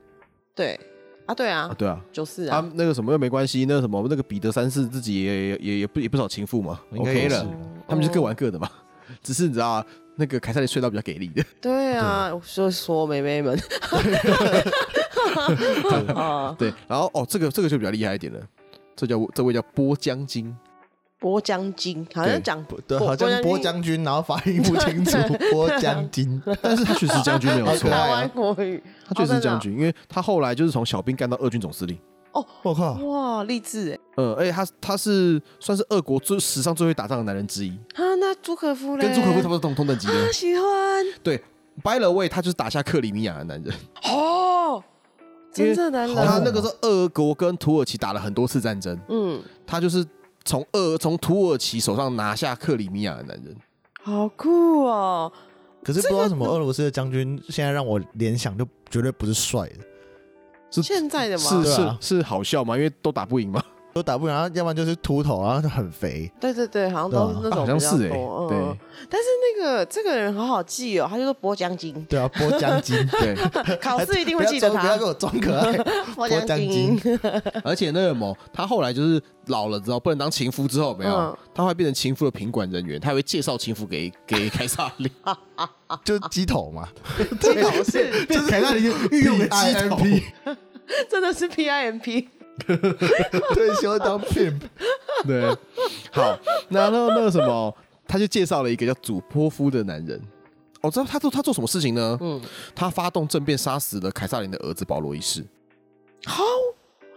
C: 对啊，对啊，
B: 啊，对啊，
C: 就是
B: 他
C: 啊，
B: 那个什么又没关系，那个什么那个彼得三世自己也也也也不也不少情妇嘛
A: 应该
B: ，OK
A: 也是
B: 了，他们就各玩各的嘛。只是你知道、啊，那个凯撒琳睡到比较给力的，
C: 对啊，我就说妹妹们 *laughs* 啊，
B: 对。然后哦，这个这个就比较厉害一点了，这叫这位叫波江金，
C: 波江金好像
B: 对
C: 讲
A: 不对，好像波将军，然后发音不清
B: *laughs*
A: 楚，波将军，
B: 但是他确实是将军没有
A: 好可，爱
B: 错
C: 台湾国语，
B: 他确实是
C: 哦真的啊
B: 将军，因为他后来就是从小兵干到俄军总司令。
A: 我靠，
C: 哇，励志哎，
B: 嗯，而且他他是算是俄国最史上最会打仗的男人之一，
C: 啊，那朱可夫嘞，
B: 跟朱可夫差不多同同等级
C: 啊， *laughs*
B: 的。
C: 喜欢
B: 对，By the way，他就是打下克里米亚的男人。
C: 哦，
B: 因为
C: 真正男人，
A: 好
B: 他那个时候俄国跟土耳其打了很多次战争，
C: 嗯，
B: 他就是从俄从土耳其手上拿下克里米亚的男人。
C: 好酷哦，
A: 可是不知道为什么俄罗斯的将军现在让我联想就绝对不是帅的，
C: 现在的嘛，
B: 是
A: 对
B: 是
A: 啊
B: 是好笑吗？因为都打不赢嘛。
A: 都打不赢，然后要不然就是秃头，然后就很肥，
C: 对对对，好像都是那
B: 对啊
C: 种
B: 好像
C: 比较
B: 是欸
C: 多，
B: 对
C: 嗯，但是那个这个人好好记哦，他就是波
B: *laughs*
C: 江金，
A: 对啊，波将 *laughs* 军，
B: 对，
C: 考试一定
A: 不
C: 会
A: 要
C: 记得
A: 装不要
C: 他
A: 给，我装可
C: *laughs*
A: 爱，
C: 波
A: 波
C: 江
A: 将
C: 金
A: 军，，
C: *laughs*
B: 而且那个某他后来就是老了之后不能当情夫之后有没有，
C: 嗯
B: 他会变成情夫的品管人员，他还会介绍情夫给给凯撒琳。
A: 就是鸡头 *laughs* 嘛，
C: 这考试
A: 就是凯撒琳御用的鸡头，
C: *laughs* 真的是 P I M P，
A: 退休当 pimp，
B: *laughs* 对，好，然后那个什么，他就介绍了一个叫祖波夫的男人。我、知道他做他做什么事情呢？嗯，他发动政变，杀死了凯撒琳的儿子保罗一世。
C: 好。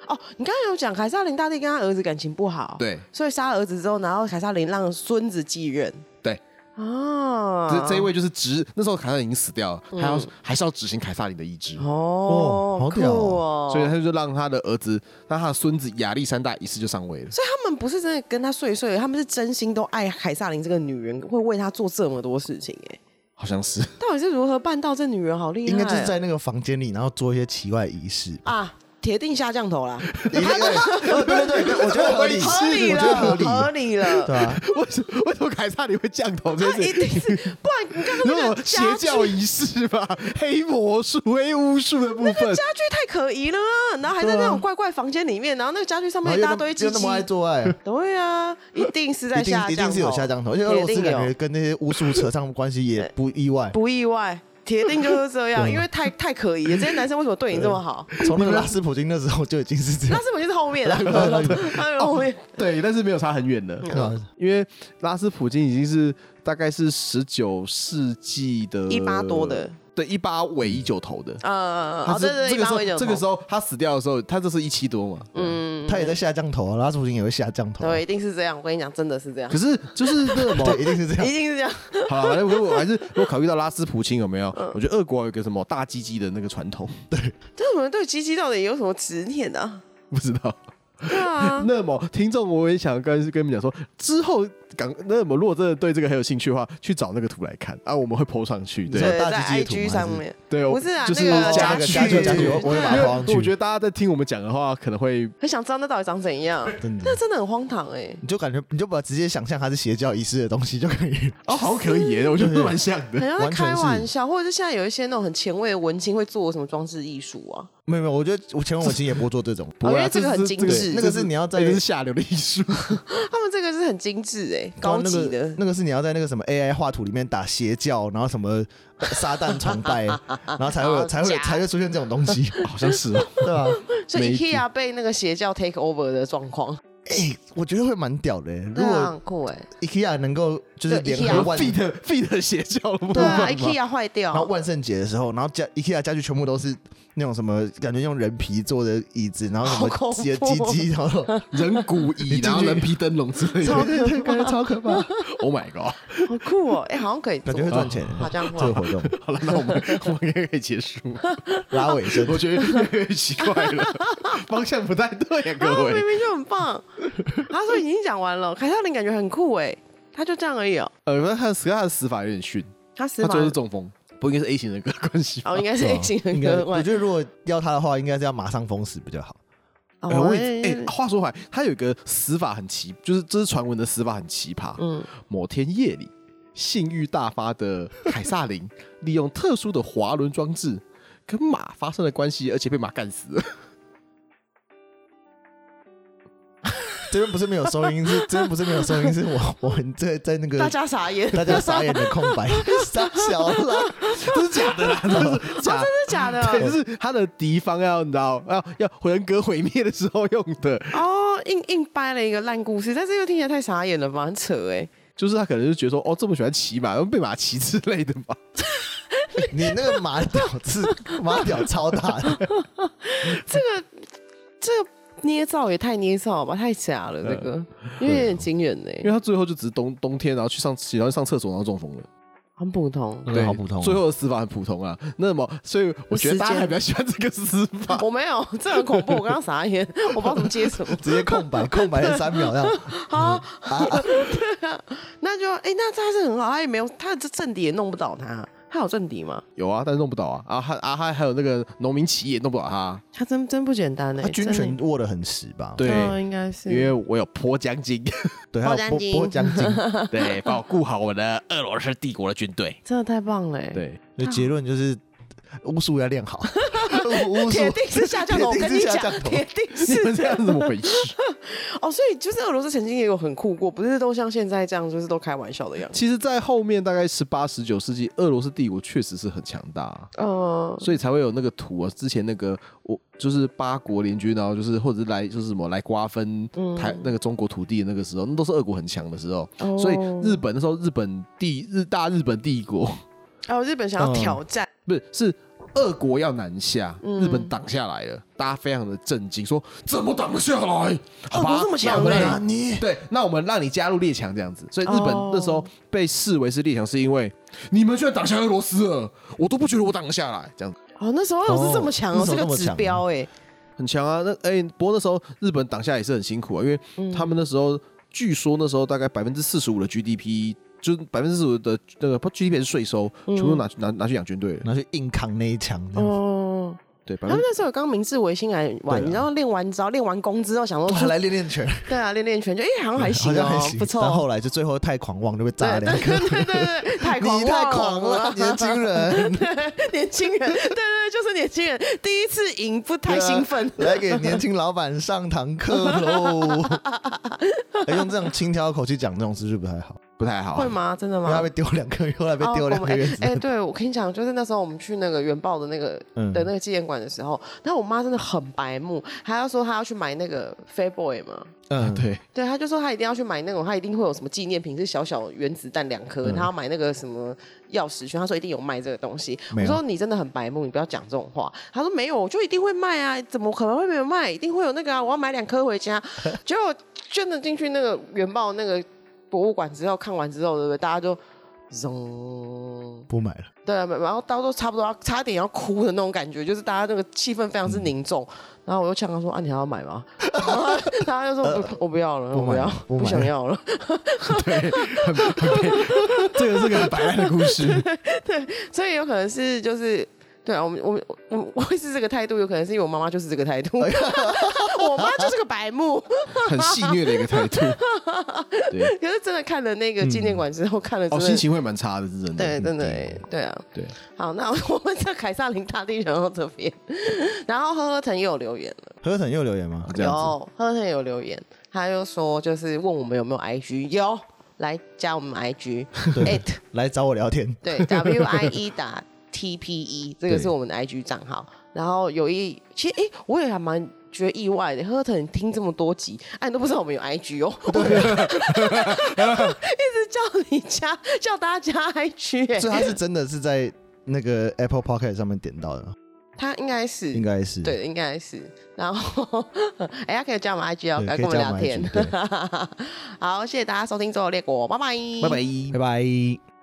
C: 哦，你刚刚有讲凯撒琳大帝跟他儿子感情不好，，
B: 对，
C: 所以杀了儿子之后，然后凯撒琳让孙子继任，
B: 对
C: 啊，
B: 这这一位就是执那时候凯撒琳已经死掉了，还要、还是要执行凯撒琳的意志，
C: 哦
A: 哦，好屌哦
C: 酷哦，
B: 所以他就让他的儿子，让他的孙子亚历山大一世就上位了。
C: 所以他们不是真的跟他睡一睡，他们是真心都爱凯撒琳这个女人，会为她做这么多事情、哎，
B: 好像
C: *laughs*
B: 是，
C: 到底是如何办到？这女人好厉害、
A: 应该就是在那个房间里，然后做一些奇怪的仪
C: *laughs*
A: 式，
C: 啊，铁定下降头啦，
A: 对对对对，我觉得合理，
C: *laughs* 合理
A: 我觉得合
C: 了，
A: 理，
C: 合理了。
A: 对啊，
B: *laughs* 为什么为什么凯撒琳会降头这
C: 他
B: 件
C: 一
B: 事？
C: 定是，不然你刚刚
B: 那
A: *laughs*
C: 那
B: 种
C: 个
B: 邪
C: 家具，
B: 教仪式吧，黑魔术、黑巫术的部分，
C: 家具太可疑了啊！然后还在那种怪怪房间里面，然后那个家具上
A: 然
C: 面
A: 后
C: 一
A: 又
C: 大
A: 那么
C: 堆
A: 又
C: 鸡
A: 那
C: 鸡
A: 么，爱做爱，
C: 对啊，一定是在
A: 一定
C: 下降头，
A: 一定是有下降头，而且俄罗斯
C: 铁定
A: 感
C: 有
A: 觉跟那些巫术扯上关系也不意外。
C: 不意外，铁定就是这
A: *laughs* 啊
C: 样，因为太太可疑了。这些男生为什么对你这么好？
A: 从那个拉斯普京那时候就已经是这
C: 那
A: 样，
C: 是不是就是后
A: *laughs*
C: 面了？
A: 拉斯
C: 他是 *laughs* 后面
B: 对，但是没有差很远的，啊
A: 嗯
B: 因为拉斯普京已经是大概是十九世纪的
C: 一八多的，
B: 对，一八尾一九头的。
C: 呃，
B: 他
C: 哦，
B: 是
C: 对对，
B: 这
C: 对，
B: 个
C: 八
B: 时候
C: 尾九，
B: 这个时候他死掉的时候，他这是一七多嘛？
C: *laughs* 嗯，
A: 他也在下降头啊，拉斯普京也会下降头啊，
C: 对，一定是这样。我跟你讲，真的是这样
B: 可，是就是那个某
A: 对，一定是这
C: 一
A: 样。
C: 定是这样。
B: *laughs* 好了，反正我还是我考虑到拉斯普京有没有？
C: 嗯
B: 我觉得俄国有一个什么大鸡鸡的那个传统， *laughs*
C: 这我们对鸡鸡到底有什么执念啊呢？
B: 不知道。
C: 对啊，
B: 那么听众，我也想跟跟你们讲说，之后港那么如果真的对这个很有兴趣的话，去找那个图来看啊，我们会 PO 上去。
A: 你
B: 对
A: 说
C: 对，
A: 大
C: 在
A: 鸡鸡
C: IG
A: 的图吗
C: 上面，
B: 对，我
C: 不是啊
B: 就是
C: 那个
A: 加那
B: 家
A: 个
B: 具
A: 家具家具，我我会把它放上
B: 因为我觉
A: 去。
B: 得大家在听我们讲的话，可能会
C: 很想知道那到底长怎样。
A: *laughs* 真的
C: 那，真的很荒唐哎，
A: 你就感觉你就把直接想象它是邪教仪式的东西就可以了。
B: 哦，好像可以耶，我觉得蛮像的。
C: 很 *laughs* 像在
A: 完全
C: 开
A: 是
C: 玩笑，或者是现在有一些那种很前卫的文青会做什么装置艺术啊？
A: 没有没有，我觉得我前文我其实也不做这种，
B: 不会
C: 哦因
B: 啊，
C: 为这个
B: 是
C: 很精
B: 这个
C: 致
A: 那个是你要在
B: 这个是下流的艺术，
C: 他们这个是很精致哎， *laughs* 高
A: 哦那
C: 级
A: 个
C: 的。
A: 那个是你要在那个什么 AI 画图里面打邪教，然后什么呃撒旦崇拜，
C: *laughs*
A: 然后才会有才会有
C: 假
A: 才会出
C: *laughs*
A: 现这种东西，
B: 好像是哦。
A: 对吧？啊
C: 所
B: 每
C: 以
B: 一集
C: IKEA 被那个邪教 take over 的状况，
A: 哎、我觉得会蛮屌的、欸如
C: 对啊，
A: 果
C: 很酷
A: *laughs*
C: 哎。
A: IKEA 能够就是
C: 对
A: 联
C: IKEA
A: 合
B: *laughs*
C: *laughs*
A: 万
B: feed feed 邪教的部
C: 对
B: 分
C: 啊
B: 嘛，
C: ，IKEA 坏掉
A: 然后，万圣节的时候，然后家 IKEA 家具全部都是那种什么，感觉用人皮做的椅子，然后什
C: 好恐
A: 么
C: 怖
A: 鸡鸡鸡，然
C: *laughs*
A: 后
B: 人骨椅，然后人皮灯笼之类
A: 超
B: 的。
A: 对对，感觉超可怕，
B: *laughs* Oh my god！
C: 好酷哦！哎，好像可以做
A: 感觉，会赚钱。
C: 好像
A: 这个
C: 会。
A: 活动
B: 好了，那我们我们应该可以
A: *laughs*
B: 结束了，
A: 拉尾
C: *laughs*
A: 声，
B: 我觉得越来越奇怪
A: *laughs*
B: 了，方向不太对啊，各
A: 欸
C: 啊，明
B: 位。
C: 明就很棒。他说已经讲完了，凯特琳感觉很酷哎，他就这样而已哦。
B: 呃，不是他的死，他的死法有点逊，
C: 他死
B: 他
C: 法
B: 最后是中啊风，不应该是 A 型人格关系吧
C: 哦，应该是 A 型 *laughs* 人
A: 应该
C: 格
A: 我
C: 外。
A: 觉得如果要他的话，应该是要马上封死比较好。
C: 哦
B: *laughs* 哎，我
C: 哎
B: 也哎，话说回来，他有一个死法很奇，就是这是传闻的死法很奇葩。
C: 嗯，
B: 某天夜里，性欲大发的凯
A: *laughs*
B: 撒琳利用特殊的滑轮装置跟马发生了关系，而且被马干死了。
A: 这边不是没有收音，是这边不是没有收音，是我我们在在那个
C: 大家傻眼，
A: 大家傻眼的空
C: *laughs*
A: 白，傻小了，
B: *laughs* 这是假的啦，这是假。
C: 哦真的假
B: *laughs* 对，就
C: 的？
B: 是他的敌方要你知道要要人格毁灭的时候用的，
C: 哦，硬硬掰了一个烂故事，但是又听起来太傻眼了吧，很扯哎。
B: 就是他可能就觉得说哦这么喜欢骑马，然后被马骑之类的吧。
A: 你那个马屌是马屌超大的，
C: 这个捏造也太捏造了吧，太假了，这个因为有点惊人呢、
B: 嗯啊
C: 欸
B: 因为他最后就只是冬冬天，然后去上然后上厕所，然后中风了。
C: 很普通。
A: 嗯
B: 啊
A: 好普通哦
B: 最后的死法很普通啊。那么，所以我觉得大
C: 时
B: 家
C: 间
B: 还比较喜欢这个死
C: *laughs*
B: 法。
C: 我没有，这很恐怖，我刚刚傻眼，我不知道怎么
B: *laughs*
C: 接什么。
A: 直接空白，空白了三秒，然后
C: 好，那就哎、那他还是很好，他也没有，他的政敌也弄不倒他，他有政敌吗？
B: 有啊，但是弄不倒啊。啊，还啊还还有那个农民起义也弄不倒他啊。
C: 他真真不简单呢、
A: 他啊军
C: 真
A: 权
C: 的
A: 握得很实吧？
B: 对，
C: 对，啊应该
B: 因为
C: 是。
B: 我有泼将
C: *laughs*
B: 军，
A: 对，
C: 包
A: 还有
C: 浆
A: 波
C: 巾
A: 波将军。
B: 对，帮我顾好我的俄罗斯帝国的军队。
C: 真的太棒了、欸，，
B: 对，
A: 所
B: *laughs*
C: *laughs*
A: 以结论就是巫术要练好，巫巫术
C: 铁定是下降头。我
A: *laughs* 铁
C: 跟
A: 定
C: 你
A: 是下
C: 讲
A: 降，头
C: 铁定
B: 你
C: 是
B: 们这样怎么回事？
C: 哦。所以就是俄罗斯曾经也有很酷过，不是都像现在这样，就是都开玩笑的样子。
B: 其实，在后面大概十八、十九世纪，俄罗斯帝国确实是很强大、啊。
A: 嗯
C: 呃，
B: 所以才会有那个图啊，之前那个我就是八国联军，然后就是或者是来就是什么来瓜分
C: 嗯
B: 台、那个中国土地的那个时候，那都是俄国很强的时候。
C: 哦
B: 所以日本那时候日本帝日大日本帝国
C: 哦，日本想要
A: 嗯
C: 挑战，
B: 不是是俄国要南下，
C: 嗯
B: 日本挡下来了，大家非常的震惊，说怎么挡得下来？好吧，
C: 俄国这么
B: 那
C: 强啊
B: 我们
C: 嘞
B: 让你
A: 你
B: *laughs* 对，那我们让你加入列强这样子，所以日本
C: 哦
B: 那时候被视为是列强，是因为你们居然挡下俄罗斯了，我都不觉得我挡得下来，这样子
C: 哦，那时候俄罗斯这么强哦，
A: 哦
C: 是
A: 那时候
C: 个
A: 这么
C: 指
A: 强
C: 标哎、
B: 很强啊。那哎、不过那时候日本挡下也是很辛苦啊，因
C: 嗯
B: 为他们那时候、据说那时候大概百分之四十五的 GDP，就是百分之四十五的那个不 GDP 是税收，
C: 嗯
B: 全部都拿去拿拿去养军队了。
A: 然后去硬扛那一枪，这样子
C: 哦，
B: 对，百
C: 他
B: 分
C: 们
B: 之
C: 那时候有刚明治维新来
A: 嗯对
C: 玩，
A: 啊
C: 你知道练完招练完功之后想说
A: 哇
C: 出，
A: 来练练拳，
C: 对啊，练练拳就哎、好像还行
A: 好像
C: 哦
A: 还，行
C: 不错
A: 但
C: 哦。
A: 后来就最后太狂妄就被炸
C: 对
A: 两
C: 对
A: 颗，
C: 对对对对，太狂
A: 你太狂
C: 妄啊
A: 了，啊年轻人，
C: *laughs* 年轻人，对对对，就是年轻人，第一次赢不太兴奋，
A: 对啊来给年轻老板上堂课 *laughs* 喽。哎用这种轻佻的口气讲这种事是不太好，
B: 不太好
C: *laughs* 会。吗？真的
A: 因为他
C: 吗
A: 被？丢两个月，后来被
C: 哦
A: 丢
C: 我
A: 两
C: 们
A: 个月
C: 哎
A: 之
C: 哎，
A: 后。
C: 对我跟你讲，就是那时候我们去那个原爆的那个
A: 嗯
C: 的那个纪念馆的时候，那我妈真的很白目，她要说她要去买那个 Fat Boy 嘛，
A: 嗯，
C: *laughs*
B: 对，
C: 对，他就说他一定要去买那种，他一定会有什么纪念品，是小小原子弹两
A: 嗯
C: 颗，他要买那个什么钥匙圈，他说一定有卖这个东西。我
A: 没有
C: 说你真的很白目，你不要讲这种话。他说没有，我就一定会卖啊，怎么可能会没有卖？一定会有那个啊，我要买两颗回家。结果真的进去那个原爆那个博物馆之后，看完之后，对不对？大家就。嗡
A: 不买了。
C: 对啊，然后到时候差不多要差点要哭的那种感觉，就是大家那个气氛非常之凝重。然后我就呛他说：“啊，你还要买吗？”然后他就说：“不我不要了，
A: 不
C: 我
A: 买
C: 不要
A: 了，不
C: 不
A: 买
C: 想
A: 了
C: 要了。
A: *laughs*
C: *laughs*
A: 这个是个白烂的故 *laughs* 事，”
C: 所以有可能是就是。对啊，我们我们我们我会是这个态度，有可能是因为我妈妈就是这个态度， *laughs* 我妈就是个白目。 *laughs*
B: 很戏谑的一个态度。对，
C: 可是真的看了那个纪念馆之后，看了真 *laughs*
B: 哦，
C: 的、
B: 心情会蛮差的，是真的。
C: 对，真的、
B: 嗯
C: 对啊。
B: 对，
C: 好，那我们这凯撒琳大帝人到这边， *laughs* 然后呵呵腾也有留言了。
A: 何腾又留言吗？
B: 这样子。
C: 有，赫特有留言，他就说就是问我们有没有 IG，有，来加我们 IG
A: 对
C: at
A: *laughs* 来找我聊天，
C: 对 W I E 打 T P E，这个是我们的 IG 账号。然后有一，其实哎、诶我也还蛮觉得意外的。赫特，你听这么多集，哎、啊，你都不知道我们有 IG 哦，对， *laughs* 一直叫你加，叫大家加 IG，哎、
A: 所以他是真的是在那个 Apple Pocket 上面点到的，
C: 他应该是，
A: 应该是。
C: 对，应该是。然后，哎、他可以加我们 IG 哦，
A: 对
C: 来
A: 可以
C: 跟我们
A: 加我
C: 聊
A: 们
C: *laughs* 天
A: IG。
C: 好，谢谢大家收听《周游列国》，拜拜，
B: 拜拜。
A: 拜拜。